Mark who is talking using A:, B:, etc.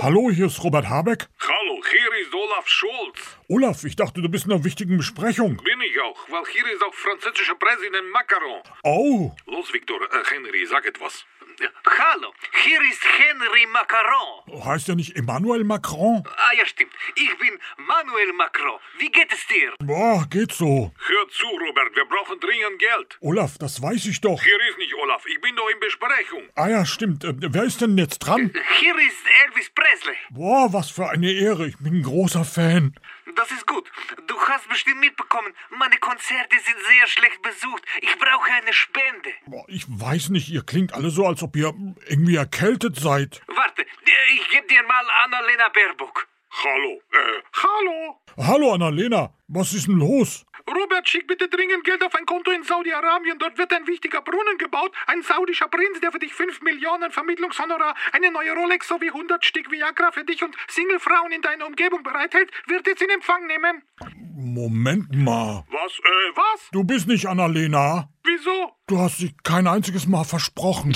A: Hallo, hier ist Robert Habeck.
B: Hallo, hier ist Olaf Scholz.
A: Olaf, ich dachte, du bist in einer wichtigen Besprechung.
B: Bin ich auch, weil hier ist auch französischer Präsident Macron.
A: Oh,
B: Los, Viktor, äh, Henry, sag etwas. Hallo, hier ist Henry Macaron.
A: heißt ja nicht Emmanuel Macron?
B: Ah, ja, stimmt. Ich bin Manuel Macron. Wie geht es dir?
A: Boah, geht so.
B: Hör zu, Robert, wir brauchen dringend Geld.
A: Olaf, das weiß ich doch.
B: Hier ist nicht Olaf, ich bin doch in Besprechung.
A: Ah ja, stimmt. Äh, Wer ist denn jetzt dran?
B: Hier ist Elvis Presley.
A: Boah, was für eine Ehre. Ich bin ein großer Fan.
B: Das ist gut. Du hast bestimmt mitbekommen, meine Konzerte sind sehr schlecht besucht. Ich brauche eine Spende.
A: Boah, ich weiß nicht, ihr klingt alle so, als ob ihr irgendwie erkältet seid.
B: Warte, äh, ich gebe dir mal Annalena Baerbock. Hallo, äh, hallo.
A: Hallo, Annalena. Was ist denn los?
B: Robert, schick bitte dringend Geld auf ein Konto in Saudi-Arabien. Dort wird ein wichtiger Brunnen gebaut. Ein saudischer Prinz, der für dich 5 Millionen Vermittlungshonorar, eine neue Rolex sowie 100 Stück Viagra für dich und Singlefrauen in deiner Umgebung bereithält, wird jetzt in Empfang nehmen.
A: Moment mal.
B: Was, äh, was?
A: Du bist nicht Annalena.
B: Wieso?
A: Du hast sie kein einziges Mal versprochen.